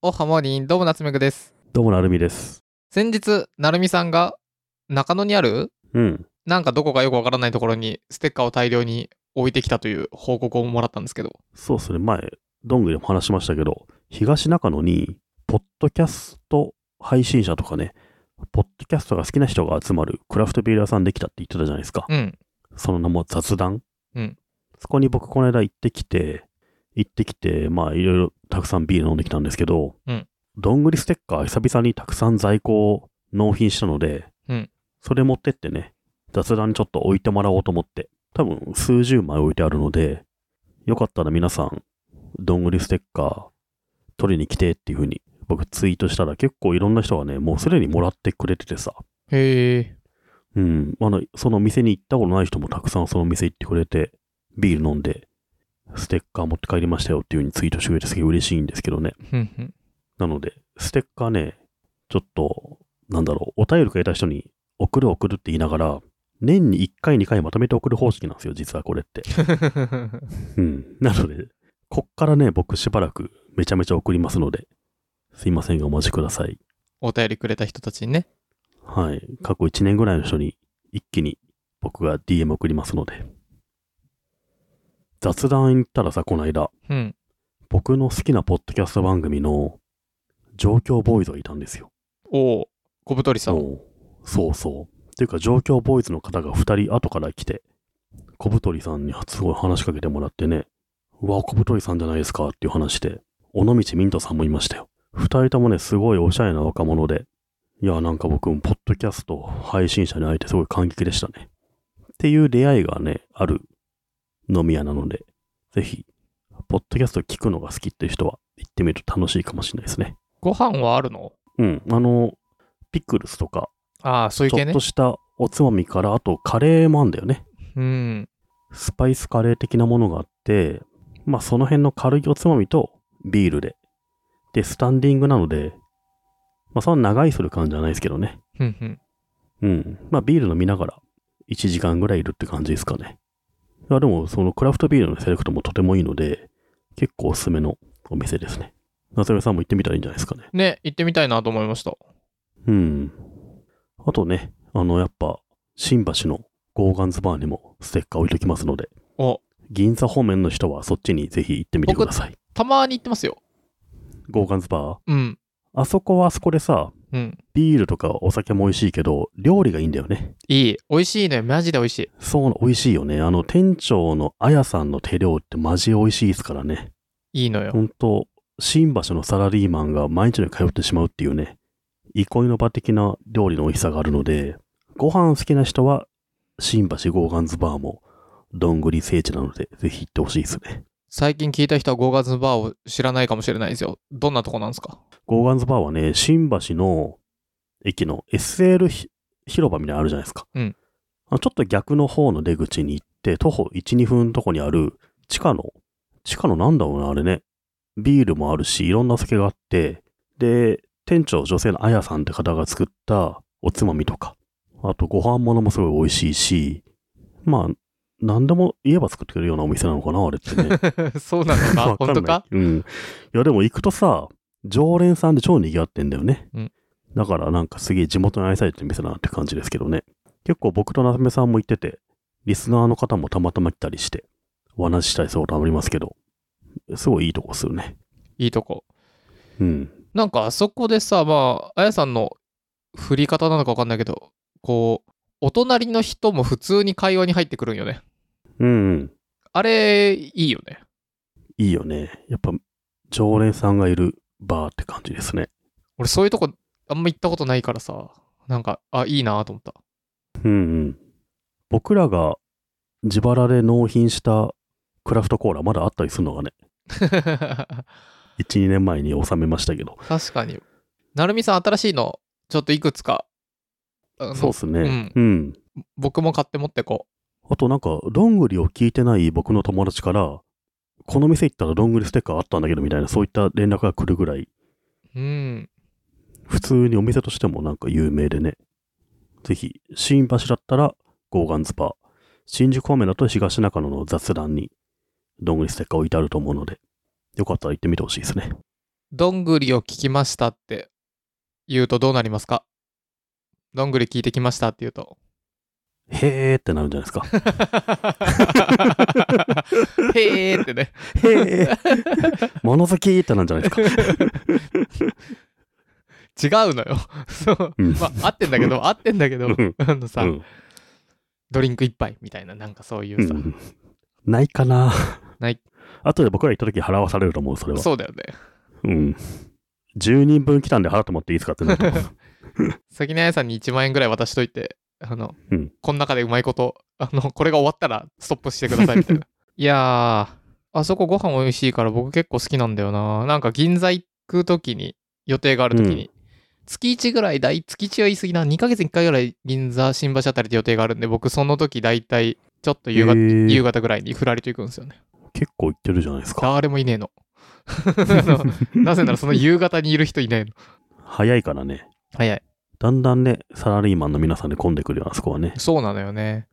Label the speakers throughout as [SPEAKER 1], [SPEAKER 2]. [SPEAKER 1] おはモーニンどうも夏目くです。
[SPEAKER 2] どうもなるみです。
[SPEAKER 1] 先日、なるみさんが中野にある
[SPEAKER 2] うん。
[SPEAKER 1] なんかどこかよくわからないところにステッカーを大量に置いてきたという報告をもらったんですけど、
[SPEAKER 2] そうですね。前、どんぐりでも話しましたけど、東中野に、ポッドキャスト配信者とかね、ポッドキャストが好きな人が集まるクラフトビール屋さんできたって言ってたじゃないですか。
[SPEAKER 1] うん、
[SPEAKER 2] その名も雑談。
[SPEAKER 1] うん。
[SPEAKER 2] そこに僕、この間行ってきて、行ってきて、まあ、いろいろたくさんビール飲んできたんですけど、
[SPEAKER 1] うん。
[SPEAKER 2] どんぐりステッカー久々にたくさん在庫を納品したので、
[SPEAKER 1] うん。
[SPEAKER 2] それ持ってってね、雑談にちょっと置いてもらおうと思って、多分数十枚置いてあるので、よかったら皆さん、どんぐりステッカー取りに来てっていう風に僕ツイートしたら結構いろんな人がね、もうすでにもらってくれててさ、
[SPEAKER 1] へえ、
[SPEAKER 2] うん。あの、その店に行ったことない人もたくさんその店行ってくれて、ビール飲んで、ステッカー持って帰りましたよっていう風にツイートしてくれてすげえ嬉しいんですけどね。
[SPEAKER 1] ふんふん。
[SPEAKER 2] なので、ステッカーね、ちょっと、なんだろう、お便りくれた人に送る送るって言いながら、年に1回2回まとめて送る方式なんですよ、実はこれって。うん。なので、こっからね、僕しばらくめちゃめちゃ送りますので、すいませんがお待ちください。
[SPEAKER 1] お便りくれた人たちにね。
[SPEAKER 2] はい。過去1年ぐらいの人に一気に僕が DM 送りますので。雑談行ったらさ、この間、
[SPEAKER 1] うん。
[SPEAKER 2] 僕の好きなポッドキャスト番組の状況ボーイズがいたんですよ。
[SPEAKER 1] おお、小太りさん。
[SPEAKER 2] そうそうそう。っていうか、状況ボーイズの方が2人後から来て、小太りさんにすごい話しかけてもらってね、うわ、小太りさんじゃないですかっていう話で、尾道ミントさんもいましたよ。2人ともね、すごいおしゃれな若者で、いや、なんか僕もポッドキャスト配信者に会えてすごい感激でしたね。っていう出会いがね、ある飲み屋なので、ぜひ、ポッドキャスト聞くのが好きっていう人は行ってみると楽しいかもしれないですね。
[SPEAKER 1] ご飯はあるの
[SPEAKER 2] うん、あの、ピクルスとか、
[SPEAKER 1] ああ、そういう
[SPEAKER 2] ち
[SPEAKER 1] 系
[SPEAKER 2] ょっ
[SPEAKER 1] ね
[SPEAKER 2] と。したおつまみから、あとカレーもあんだよね。
[SPEAKER 1] うん。
[SPEAKER 2] スパイスカレー的なものがあって、まあその辺の軽いおつまみとビールで。で、スタンディングなので、まあそんな長いする感じじゃないですけどね。
[SPEAKER 1] ふんふん。
[SPEAKER 2] うん。まあビール飲みながら1時間ぐらいいるって感じですかね。いやでもそのクラフトビールのセレクトもとてもいいので、結構おすすめのお店ですね。夏目さんも行ってみたらいいんじゃないですかね。
[SPEAKER 1] ね、行ってみたいなと思いました。
[SPEAKER 2] うん。あとね、あの、やっぱ、新橋のゴーガンズバーにもステッカー置いときますので、
[SPEAKER 1] お
[SPEAKER 2] 銀座方面の人はそっちにぜひ行ってみてください。
[SPEAKER 1] たまに行ってますよ。
[SPEAKER 2] ゴーガンズバ
[SPEAKER 1] うん。
[SPEAKER 2] ーあそこはあそこでさ、
[SPEAKER 1] うん。
[SPEAKER 2] ビールとかお酒も美味しいけど、料理がいいんだよね。
[SPEAKER 1] いい。美味しいね。マジで美味しい。
[SPEAKER 2] そう、美味しいよね。あの、店長のあやさんの手料ってマジ美味しいですからね。
[SPEAKER 1] いいのよ。
[SPEAKER 2] ほんと、新橋のサラリーマンが毎日のように通ってしまうっていうね、憩いの場的な料理の美味しさがあるので、ご飯好きな人は、新橋ゴーガンズバーも、どんぐり聖地なので、ぜひ行ってほしいですね。
[SPEAKER 1] 最近聞いた人はゴーガズバーを知らないかもしれないですよ。どんなとこなんですか
[SPEAKER 2] ゴーガンズバーはね、新橋の駅の SL ひ広場みたいなのあるじゃないですか。
[SPEAKER 1] うん
[SPEAKER 2] あのちょっと逆の方の出口に行って、徒歩1、2分のとこにある地下の、地下のなんだろうな、あれね。ビールもあるし、いろんなお酒があって、で、店長、女性のあやさんって方が作ったおつまみとか、あとご飯物もすごい美味しいし、まあ、何でも言えば作ってくれるようなお店なのかな、あれって ね。
[SPEAKER 1] そうなのか
[SPEAKER 2] わん
[SPEAKER 1] 本
[SPEAKER 2] ない
[SPEAKER 1] 当か
[SPEAKER 2] うん。いや、でも行くとさ、常連さんで超賑わってんだよね。
[SPEAKER 1] うん
[SPEAKER 2] だからなんかすげえ地元に愛されてる店だなって感じですけどね。結構僕と夏目さんも行ってて、リスナーの方もたまたま来たりして、お話ししたりそうとありますけど、すごいいいとこっするね。
[SPEAKER 1] いいとこ。
[SPEAKER 2] うん。
[SPEAKER 1] なんかあそこでさ、まあ、あやさんの振り方なのか分かんないけど、こう、お隣の人も普通に会話に入ってくるんよね。
[SPEAKER 2] うん、うん。
[SPEAKER 1] あれ、いいよね。
[SPEAKER 2] いいよね。やっぱ、常連さんがいるバーって感じですね。
[SPEAKER 1] 俺、そういうとこ、あんま行ったことないからさ、なんか、あ、いいなと思った。
[SPEAKER 2] うんうん。僕らが自腹で納品したクラフトコーラまだあったりするのがね、1、2年前に収めましたけど、
[SPEAKER 1] 確かに。なるみさん、新しいの、ちょっといくつか、あの
[SPEAKER 2] そうっすね。
[SPEAKER 1] う
[SPEAKER 2] うん。
[SPEAKER 1] 僕も買って持ってこ
[SPEAKER 2] あとなんか、どんぐりを聞いてない僕の友達から、この店行ったらどんぐりステッカーあったんだけどみたいな、そういった連絡が来るぐらい、
[SPEAKER 1] う。うん。
[SPEAKER 2] 普通にお店としてもなんか有名でね。ぜひ、新橋だったら、ゴーガンズパー。新宿方面だと東中野の雑談に、どんぐりステッカー置いてあると思うので、よかったら行ってみてほしいですね。
[SPEAKER 1] どんぐりを聞きましたって言うとどうなりますかどんぐり聞いてきましたって言う と。
[SPEAKER 2] へーってなるんじゃないですか。
[SPEAKER 1] へーってね。
[SPEAKER 2] へ ー。物好きってなんじゃないですか。
[SPEAKER 1] 違うのよ。そう。
[SPEAKER 2] うん
[SPEAKER 1] まあ、合ってんだけど、合ってんだけど、
[SPEAKER 2] うん
[SPEAKER 1] あのさ、
[SPEAKER 2] うん
[SPEAKER 1] ドリンク一杯みたいな、なんかそういうさ、
[SPEAKER 2] うんないかな。
[SPEAKER 1] ない。
[SPEAKER 2] 後で僕ら行った時払わされると思う、それは。
[SPEAKER 1] そうだよね。
[SPEAKER 2] うん。10人分来たんで払ってもらっていいですかってなると 思う
[SPEAKER 1] 関根彩さんに1万円ぐらい渡しといて、あの、
[SPEAKER 2] うん
[SPEAKER 1] この中でうまいこと、あの、これが終わったらストップしてくださいみ たいな。いやー、あそこご飯美味しいから僕結構好きなんだよな。なんか銀座行くときに、予定があるときに、月1ぐらいだい、月1は言い過ぎな、2ヶ月に1回ぐらい銀座、新橋あたりで予定があるんで、僕その時大体、ちょっと夕方
[SPEAKER 2] へー
[SPEAKER 1] 夕方ぐらいにふらりと行くんですよね。
[SPEAKER 2] 結構行ってるじゃないですか。
[SPEAKER 1] 誰もいねえの。 あのなぜならその夕方にいる人いないの。
[SPEAKER 2] 早いからね。
[SPEAKER 1] 早い。
[SPEAKER 2] だんだんね、サラリーマンの皆さんで混んでくるよ、あそこはね。
[SPEAKER 1] そうなのよね。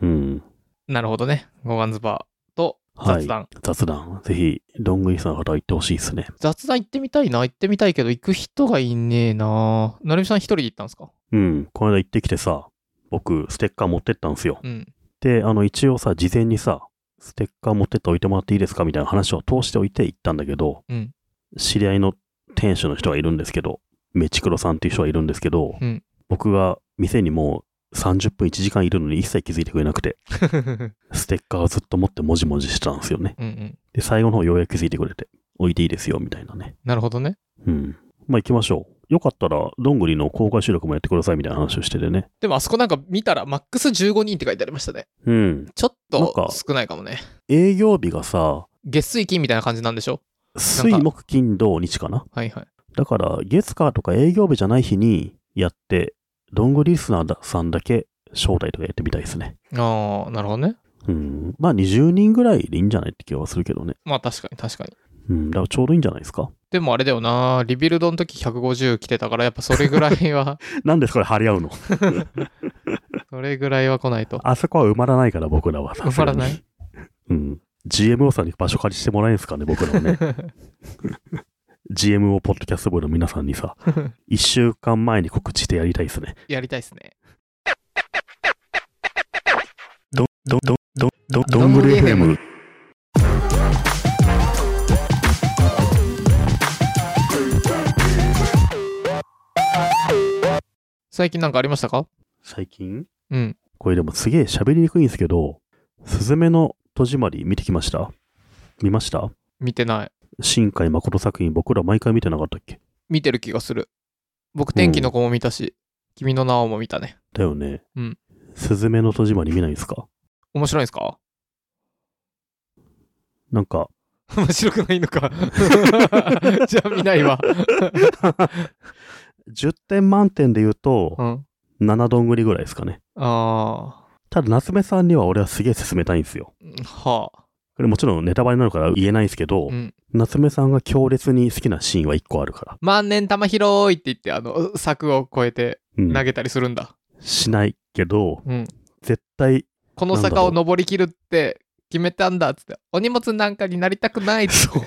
[SPEAKER 2] うん。
[SPEAKER 1] なるほどね。ゴガンズバーと
[SPEAKER 2] はい
[SPEAKER 1] 雑談。
[SPEAKER 2] 雑談。ぜひ、どんぐりさんの方は行ってほしいですね。
[SPEAKER 1] 雑談行ってみたいな。行ってみたいけど、行く人がいねえな。なるみさん一人で行ったんですか
[SPEAKER 2] うん。この間行ってきてさ、僕、ステッカー持ってったんですよ。
[SPEAKER 1] うん。
[SPEAKER 2] で、あの、一応さ、事前にさ、ステッカー持ってっておいてもらっていいですかみたいな話を通しておいて行ったんだけど、
[SPEAKER 1] うん
[SPEAKER 2] 知り合いの店主の人がいるんですけど、メチクロさんっていう人がいるんですけど、
[SPEAKER 1] うん
[SPEAKER 2] 僕が店にもう30分1時間いるのに一切気づいてくれなくて、
[SPEAKER 1] うん
[SPEAKER 2] ステッカーをずっと持ってもじもじしてたんですよね。
[SPEAKER 1] うん。
[SPEAKER 2] で、最後の方ようやく気づいてくれて、置いていいですよ、みたいなね。
[SPEAKER 1] なるほどね。
[SPEAKER 2] うん。まあ行きましょう。よかったら、どんぐりの公開収録もやってくださいみたいな話をしててね。
[SPEAKER 1] でもあそこなんか見たら、マックス15人って書いてありましたね。
[SPEAKER 2] うん。
[SPEAKER 1] ちょっ
[SPEAKER 2] なん
[SPEAKER 1] と
[SPEAKER 2] か
[SPEAKER 1] 少ないかもね。
[SPEAKER 2] 営業日がさ、
[SPEAKER 1] 月水金みたいな感じなんでしょ
[SPEAKER 2] 水
[SPEAKER 1] なんか
[SPEAKER 2] 木金土日かな
[SPEAKER 1] はいはい。
[SPEAKER 2] だから、月火とか営業日じゃない日にやって、ロングリスナーさんだけ招待とかやってみたいですね。
[SPEAKER 1] ああ、なるほどね。
[SPEAKER 2] うん。まあ、20人ぐらいでいいんじゃないって気はするけどね。
[SPEAKER 1] まあ確かに確かに。
[SPEAKER 2] うん。だからちょうどいいんじゃないですか。
[SPEAKER 1] でもあれだよな。リビルドの時150来てたから、やっぱそれぐらい は、
[SPEAKER 2] なんでこれ張り合うの
[SPEAKER 1] それぐらいは来ないと。
[SPEAKER 2] あそこは埋まらないから、僕らは。
[SPEAKER 1] 埋まらない
[SPEAKER 2] さすがにうん。GMO さんに場所借りしてもらえんすかね、僕ら はね。GMO ポッドキャスト部の皆さん にさ、1週間前に告知してやりたいですね。
[SPEAKER 1] やりたいっすね。
[SPEAKER 2] ど、ど、ど、ど、ど、
[SPEAKER 1] どんぐり FM。最近なんかありましたか
[SPEAKER 2] 最近
[SPEAKER 1] うん。
[SPEAKER 2] これでもすげえ喋りにくいんですけど、スズメの戸締まり見てきました見ました
[SPEAKER 1] 見てない。
[SPEAKER 2] 新海誠作品僕ら毎回見てなかったっけ
[SPEAKER 1] 見てる気がする。僕、天気の子も見たし、君の名をも見たね。
[SPEAKER 2] だよね。
[SPEAKER 1] うん。
[SPEAKER 2] スズメの戸締まり見ないんすか
[SPEAKER 1] 面白いんすか
[SPEAKER 2] なんか、
[SPEAKER 1] 面白くないの か。じゃあ見ないわ。
[SPEAKER 2] 10点満点で言うと
[SPEAKER 1] う、ん。
[SPEAKER 2] 7どんぐりぐらいですかね。
[SPEAKER 1] あ
[SPEAKER 2] ただ、夏目さんには俺はすげえ勧めたいんですよ。
[SPEAKER 1] ー。はあ。
[SPEAKER 2] これもちろんネタバレなのから言えないんですけど、
[SPEAKER 1] うん。
[SPEAKER 2] 夏目さんが強烈に好きなシーンは1個あるから。
[SPEAKER 1] 万年玉拾いって言って、あの、柵を越えて
[SPEAKER 2] うん。
[SPEAKER 1] 投げたりするんだ。
[SPEAKER 2] しないけど、
[SPEAKER 1] うん。
[SPEAKER 2] 絶対、
[SPEAKER 1] この坂を登りきるって決めたんだっつって、お荷物なんかになりたくないっつって。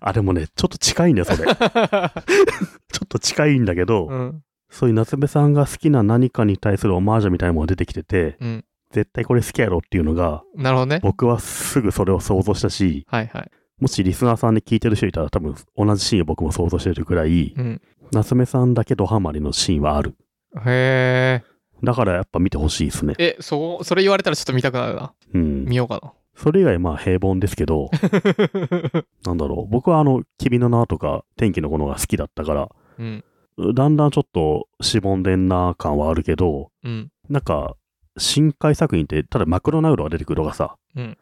[SPEAKER 2] あ、でもね、ちょっと近いんだよ、それ。ちょっと近いんだけど、
[SPEAKER 1] うん。
[SPEAKER 2] そういう夏目さんが好きな何かに対するオマージュみたいなものが出てきてて、
[SPEAKER 1] うん。
[SPEAKER 2] 絶対これ好きやろっていうのが、
[SPEAKER 1] なるほどね。
[SPEAKER 2] 僕はすぐそれを想像したし、
[SPEAKER 1] はいはい。
[SPEAKER 2] もしリスナーさんで聞いてる人いたら多分同じシーンを僕も想像してるぐらい、
[SPEAKER 1] うん。
[SPEAKER 2] 夏目さんだけドハマりのシーンはある。
[SPEAKER 1] へ
[SPEAKER 2] だからやっぱ見てほしいですね。
[SPEAKER 1] え。え、そう、それ言われたらちょっと見たくなるな。
[SPEAKER 2] うん。
[SPEAKER 1] 見よう かな。
[SPEAKER 2] それ以外まあ平凡です けど、なんだろう。僕はあの、君の名とか天気の子のが好きだったから、
[SPEAKER 1] うん。
[SPEAKER 2] だんだんちょっとしぼんでんな感はあるけど、
[SPEAKER 1] うん。
[SPEAKER 2] なんか、深海作品って、ただマクロナウドが出てくるのがさ、
[SPEAKER 1] うん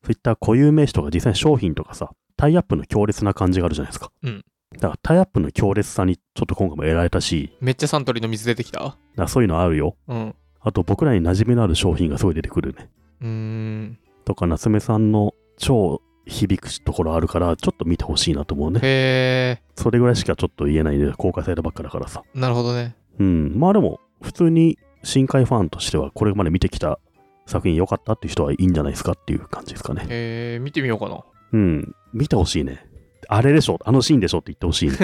[SPEAKER 2] そういった固有名詞とか実際商品とかさ、タイアップの強烈な感じがあるじゃないですか。
[SPEAKER 1] うん
[SPEAKER 2] だからタイアップの強烈さにちょっと今回も得られたし、
[SPEAKER 1] めっちゃサントリーの水出てきた。
[SPEAKER 2] だからそういうのあるよ。
[SPEAKER 1] うん。
[SPEAKER 2] あと僕らに馴染みのある商品がすごい出てくるね。
[SPEAKER 1] うーん。
[SPEAKER 2] とか、夏目さんの超響くところあるから、ちょっと見てほしいなと思うね。
[SPEAKER 1] へえ。
[SPEAKER 2] それぐらいしかちょっと言えないで、公開されたばっかだからさ。
[SPEAKER 1] なるほどね。
[SPEAKER 2] うん。まあでも、普通に深海ファンとしては、これまで見てきた作品良かったっていう人はいいんじゃないですかっていう感じですかね。
[SPEAKER 1] へえ、見てみようかな。
[SPEAKER 2] うん。見てほしいね。あれでしょ、あのシーンでしょって言ってほしいね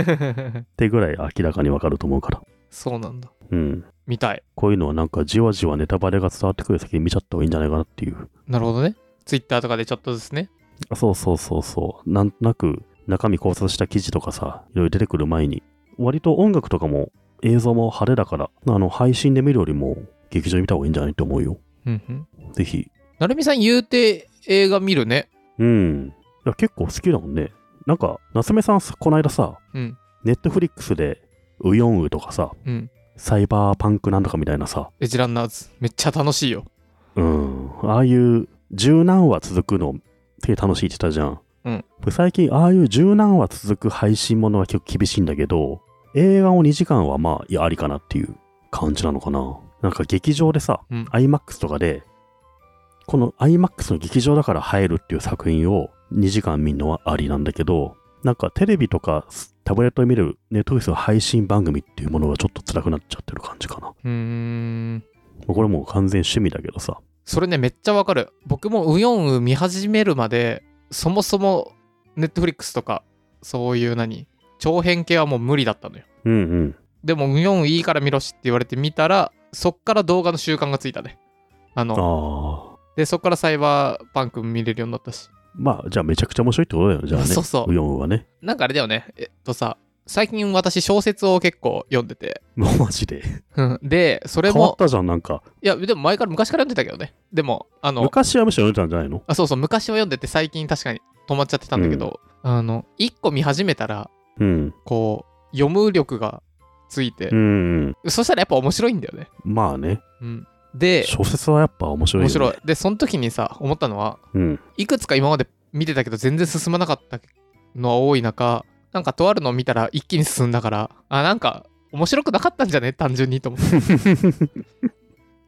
[SPEAKER 2] っ
[SPEAKER 1] ん。
[SPEAKER 2] てぐらい明らかにわかると思うから。
[SPEAKER 1] そうなんだ。
[SPEAKER 2] うん。
[SPEAKER 1] 見たい。
[SPEAKER 2] こういうのはなんかじわじわネタバレが伝わってくる先に見ちゃった方がいいんじゃないかなっていう。
[SPEAKER 1] なるほどね。ツイッターとかでちょっとずつね。
[SPEAKER 2] あそうそうそうそう。なんとなく中身考察した記事とかさ、いろいろ出てくる前に、割と音楽とかも映像も派手だから、あの配信で見るよりも劇場で見た方がいいんじゃないと思うよ。
[SPEAKER 1] うんうん。
[SPEAKER 2] ぜひ。
[SPEAKER 1] なるみさん言うて映画見るね。
[SPEAKER 2] うん。いや、結構好きだもんね。なんか、夏目さんさこないださ、
[SPEAKER 1] うん。
[SPEAKER 2] ネットフリックスで、ウヨンウとかさ、
[SPEAKER 1] うん。
[SPEAKER 2] サイバーパンクなんとかみたいなさ、
[SPEAKER 1] エジランナーズ。めっちゃ楽しいよ。
[SPEAKER 2] うん、ああいう十何話続くのって楽しいって言ってたじゃん。
[SPEAKER 1] うん
[SPEAKER 2] 僕最近、ああいう十何話続く配信ものは結構厳しいんだけど、映画を2時間はまあ、いや、ありかなっていう感じなのかな。なんか劇場でさ、
[SPEAKER 1] うん
[SPEAKER 2] IMAX とかで、この IMAX の劇場だから入るっていう作品を2時間見るのはありなんだけど、なんかテレビとかタブレットで見るネットフリックスの配信番組っていうものがちょっと辛くなっちゃってる感じかな。
[SPEAKER 1] うーん。
[SPEAKER 2] これもう完全趣味だけどさ。
[SPEAKER 1] それね、めっちゃわかる。僕もうよんう見始めるまで、そもそも、ネットフリックスとか、そういう何、長編系はもう無理だったのよ。
[SPEAKER 2] うんうん。
[SPEAKER 1] でも、うよんいいから見ろしって言われて見たら、そっから動画の習慣がついたね。あの、
[SPEAKER 2] ああ。
[SPEAKER 1] で、そっからサイバーパンク見れるようになったし。
[SPEAKER 2] まあ、じゃあめちゃくちゃ面白いってことだよね。じゃあね。
[SPEAKER 1] そうそう
[SPEAKER 2] ウヨンはね。
[SPEAKER 1] なんかあれだよね、えっとさ、最近私小説を結構読んでて、
[SPEAKER 2] もうマジで。
[SPEAKER 1] うんで、それ
[SPEAKER 2] 変わっ
[SPEAKER 1] も、
[SPEAKER 2] たじゃん、なんか。
[SPEAKER 1] いや、でも前から昔から読んでたけどね。でも、あの、
[SPEAKER 2] 昔はむしろ読んでたんじゃないの
[SPEAKER 1] あそうそう、昔は読んでて最近確かに止まっちゃってたんだけど、あの、一個見始めたら、
[SPEAKER 2] うん。
[SPEAKER 1] こう、読む力がついて
[SPEAKER 2] う、んうん。
[SPEAKER 1] そしたらやっぱ面白いんだよね。
[SPEAKER 2] まあね。
[SPEAKER 1] うん、で、
[SPEAKER 2] 小説はやっぱ面白いよ、
[SPEAKER 1] 面
[SPEAKER 2] ね。
[SPEAKER 1] 白い。で、その時にさ、思ったのは、
[SPEAKER 2] うん。
[SPEAKER 1] いくつか今まで見てたけど全然進まなかったのは多い中、なんかとあるのを見たら一気に進んだから、あ、なんか面白くなかったんじゃね単純にと思って。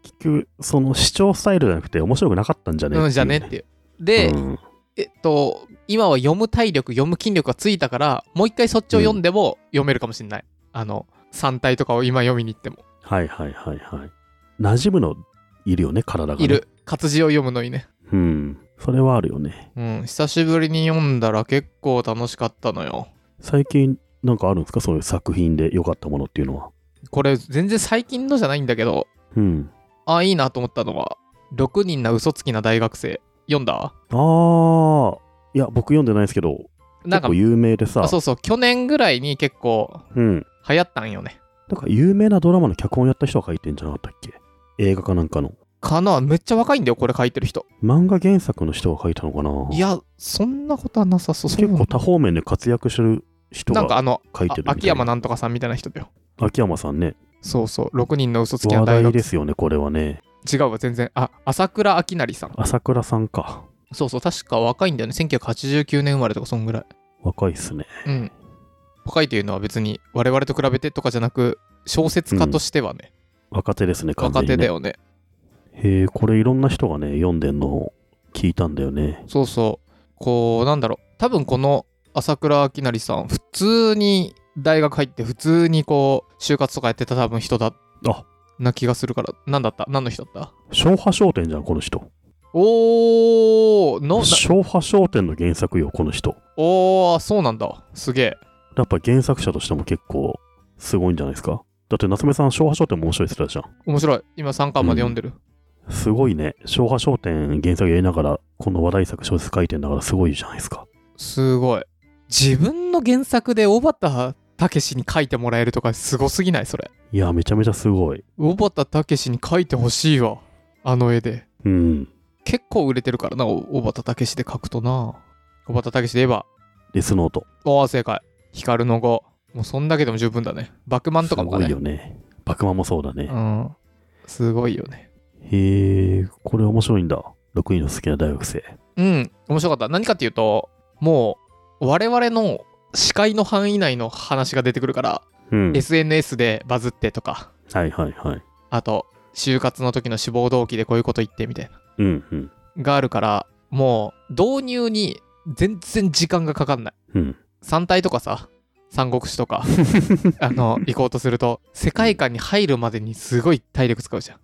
[SPEAKER 2] 結局、その視聴スタイルじゃなくて面白くなかったんじゃね
[SPEAKER 1] うん、じゃねっていう。で、
[SPEAKER 2] うん
[SPEAKER 1] えっと、今は読む体力、読む筋力がついたから、もう一回そっちを読んでも読めるかもしれない。あの、3体とかを今読みに行っても。
[SPEAKER 2] はいはいはいはい。馴染むのいるよね、体が、ね。
[SPEAKER 1] い。る。活字を読むのにね。
[SPEAKER 2] うん。それはあるよね。
[SPEAKER 1] うん、久しぶりに読んだら結構楽しかったのよ。
[SPEAKER 2] 最近、なんかあるんですかそういう作品で良かったものっていうのは。
[SPEAKER 1] これ全然最近のじゃないんだけど、
[SPEAKER 2] うん。
[SPEAKER 1] あ、いいなと思ったのは、6人な嘘つきな大学生。読んだ
[SPEAKER 2] ああ。いや、僕読んでないですけど、
[SPEAKER 1] なんか
[SPEAKER 2] 結構、有名でさ
[SPEAKER 1] あ、そうそう、去年ぐらいに結構
[SPEAKER 2] うん、
[SPEAKER 1] 流行ったんよね。
[SPEAKER 2] なんか有名なドラマの脚本やった人が書いてんじゃなかったっけ映画かなんかの
[SPEAKER 1] かなめっちゃ若いんだよ、これ書いてる人。
[SPEAKER 2] 漫画原作の人が書いたのかない
[SPEAKER 1] や、そんなことはなさそう。
[SPEAKER 2] 結構多
[SPEAKER 1] 多
[SPEAKER 2] 方面で活躍してる人
[SPEAKER 1] なんかあ
[SPEAKER 2] が
[SPEAKER 1] の、
[SPEAKER 2] 書いてるみたい
[SPEAKER 1] あ秋山なんとかさんみたいな人だよ。
[SPEAKER 2] 秋山さんね
[SPEAKER 1] そうそう、6人の嘘つきな
[SPEAKER 2] 話
[SPEAKER 1] 大
[SPEAKER 2] 題
[SPEAKER 1] 学
[SPEAKER 2] ですよねこれはね
[SPEAKER 1] 違うわ、全然。あ、朝倉明成さん。
[SPEAKER 2] 朝倉さんか
[SPEAKER 1] そうそう、確か若いんだよね。1989年生まれとか、そんぐらい。
[SPEAKER 2] 若いっすね
[SPEAKER 1] うん。若いというのは別に我々と比べてとかじゃなく、小説家としてはね、
[SPEAKER 2] 若手ですね完
[SPEAKER 1] 若
[SPEAKER 2] 全に、ね、
[SPEAKER 1] 手だよね。
[SPEAKER 2] へえこれいろんな人がね読んでんのを聞いたんだよね
[SPEAKER 1] そうそう。こう、なんだろう。多分この朝倉明成さん、普通に大学入って、普通にこう、就活とかやってた多分人だ。
[SPEAKER 2] あ
[SPEAKER 1] な気がするから。何だった何の人だった
[SPEAKER 2] 昭和商店じゃんこの人
[SPEAKER 1] おーの、な
[SPEAKER 2] 昭和商店の原作よこの人
[SPEAKER 1] おー、そうなんだ。すげえ。
[SPEAKER 2] やっぱ原作者としても結構すごいんじゃないですかだって夏目さん昭和商店も面白いって言ってたじゃん
[SPEAKER 1] 面白い。今3巻まで読んでる。
[SPEAKER 2] すごいね。昭和商店原作やりながら、この話題作小説書いてんだからすごいじゃないですか。
[SPEAKER 1] すごい。自分の原作で小畑武史に書いてもらえるとかすごすぎないそれ。
[SPEAKER 2] いや、めちゃめちゃすごい。
[SPEAKER 1] 小畑武史に書いてほしいわ。あの絵で。
[SPEAKER 2] うん。
[SPEAKER 1] 結構売れてるからな、お小畑武史で書くとな。小畑武史で言えば、
[SPEAKER 2] デスノート。
[SPEAKER 1] おー、正解。光の語。もうそんだけでも十分だね。バクマンとかも
[SPEAKER 2] す
[SPEAKER 1] ね。
[SPEAKER 2] ごいよね。バクマもそうだね。
[SPEAKER 1] うん。すごいよね。
[SPEAKER 2] へえ、これ面白いんだ。6位の好きな大学生。
[SPEAKER 1] うん、面白かった。何かっていうと、もう、我々の視界の範囲内の話が出てくるから、
[SPEAKER 2] うん。
[SPEAKER 1] SNS でバズってとか、
[SPEAKER 2] はいはいはい。
[SPEAKER 1] あと、就活の時の志望動機でこういうこと言ってみたいな。
[SPEAKER 2] うんうん。
[SPEAKER 1] があるから、もう、導入に全然時間がかかんない。
[SPEAKER 2] うん。
[SPEAKER 1] 三体とかさ三国志とかあの行こうとすると世界観に入るまでにすごい体力使うじゃん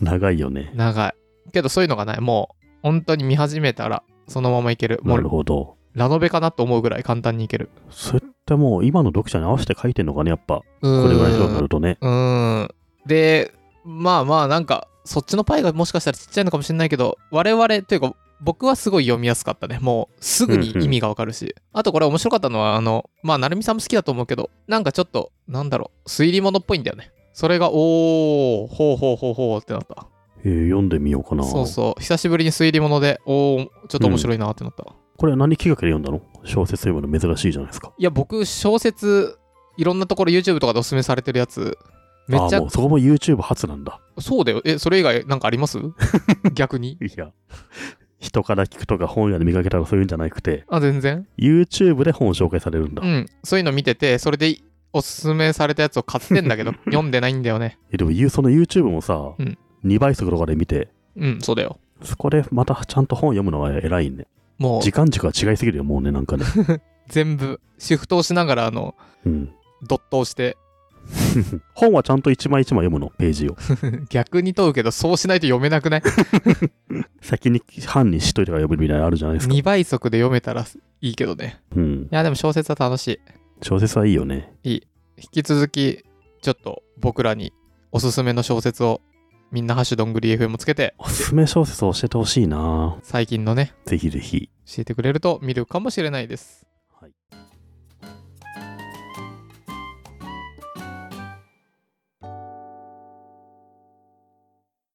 [SPEAKER 2] 長いよね。
[SPEAKER 1] 長いけどそういうのがないもう本当に見始めたらそのままいけるも
[SPEAKER 2] なる
[SPEAKER 1] う
[SPEAKER 2] ほど。
[SPEAKER 1] ラノベかなと思うぐらい簡単にいける。
[SPEAKER 2] それってもう今の読者に合わせて書いてんのかね、やっぱ。
[SPEAKER 1] こ
[SPEAKER 2] これぐらいの人になるとね。
[SPEAKER 1] うーん。で、まあまあ、なんか、そっちのパイがもしかしたらちっちゃいのかもしれないけど、我々というか、僕はすごい読みやすかったね。もう、すぐに意味がわかるし。あと、これ面白かったのは、あの、まあ、成美さんも好きだと思うけど、なんかちょっと、なんだろう、推理物っぽいんだよね。それが、おー、ほうほうほうほうってなった。
[SPEAKER 2] えー読んでみようかな。
[SPEAKER 1] そうそう。久しぶりに推理物で、おー、ちょっと面白いなってなった。
[SPEAKER 2] これは何きっかけで読んだの小説読むの珍しいじゃないですか。
[SPEAKER 1] いや、僕、小説、いろんなところ YouTube とかでおすすめされてるやつ、めっ
[SPEAKER 2] あ
[SPEAKER 1] ち
[SPEAKER 2] あ、
[SPEAKER 1] ゃ
[SPEAKER 2] もうそこも YouTube 初なんだ。
[SPEAKER 1] そうだよ。え、それ以外なんかあります逆に
[SPEAKER 2] いや。人から聞くとか本屋で見かけたらそういうんじゃなくて、
[SPEAKER 1] あ、全然。
[SPEAKER 2] YouTube で本を紹介されるんだ
[SPEAKER 1] う。ん。そういうの見てて、それでおすすめされたやつを買ってんだけど、読んでないんだよね。
[SPEAKER 2] えでも、ゆその YouTube もさ、
[SPEAKER 1] うん
[SPEAKER 2] 2倍速とかで見て、
[SPEAKER 1] うん、そうだよ。
[SPEAKER 2] そこでまたちゃんと本読むのは偉いね。
[SPEAKER 1] もう
[SPEAKER 2] 時間軸が違いすぎるよ、もうね、なんかね。
[SPEAKER 1] 全部シフトをしながら、あの、
[SPEAKER 2] うん。
[SPEAKER 1] ドットをして、
[SPEAKER 2] 本はちゃんと一枚一枚読むの、ページを。
[SPEAKER 1] 逆に問うけど、 そうしないと読めなくない
[SPEAKER 2] 先に版にしといてから読むみたいなのあるじゃないですか。
[SPEAKER 1] ?2 倍速で読めたらいいけどね。
[SPEAKER 2] うん。
[SPEAKER 1] いや、でも小説は楽し
[SPEAKER 2] 小説はいいよね。
[SPEAKER 1] い。引き続き、ちょっと僕らにおすすめの小説を、みんなハッシュドングリ FM つけて、
[SPEAKER 2] おすすめ小説を教えてほしいな
[SPEAKER 1] 最近のね、
[SPEAKER 2] ぜひぜひ。
[SPEAKER 1] 教えてくれると見るかもしれないです。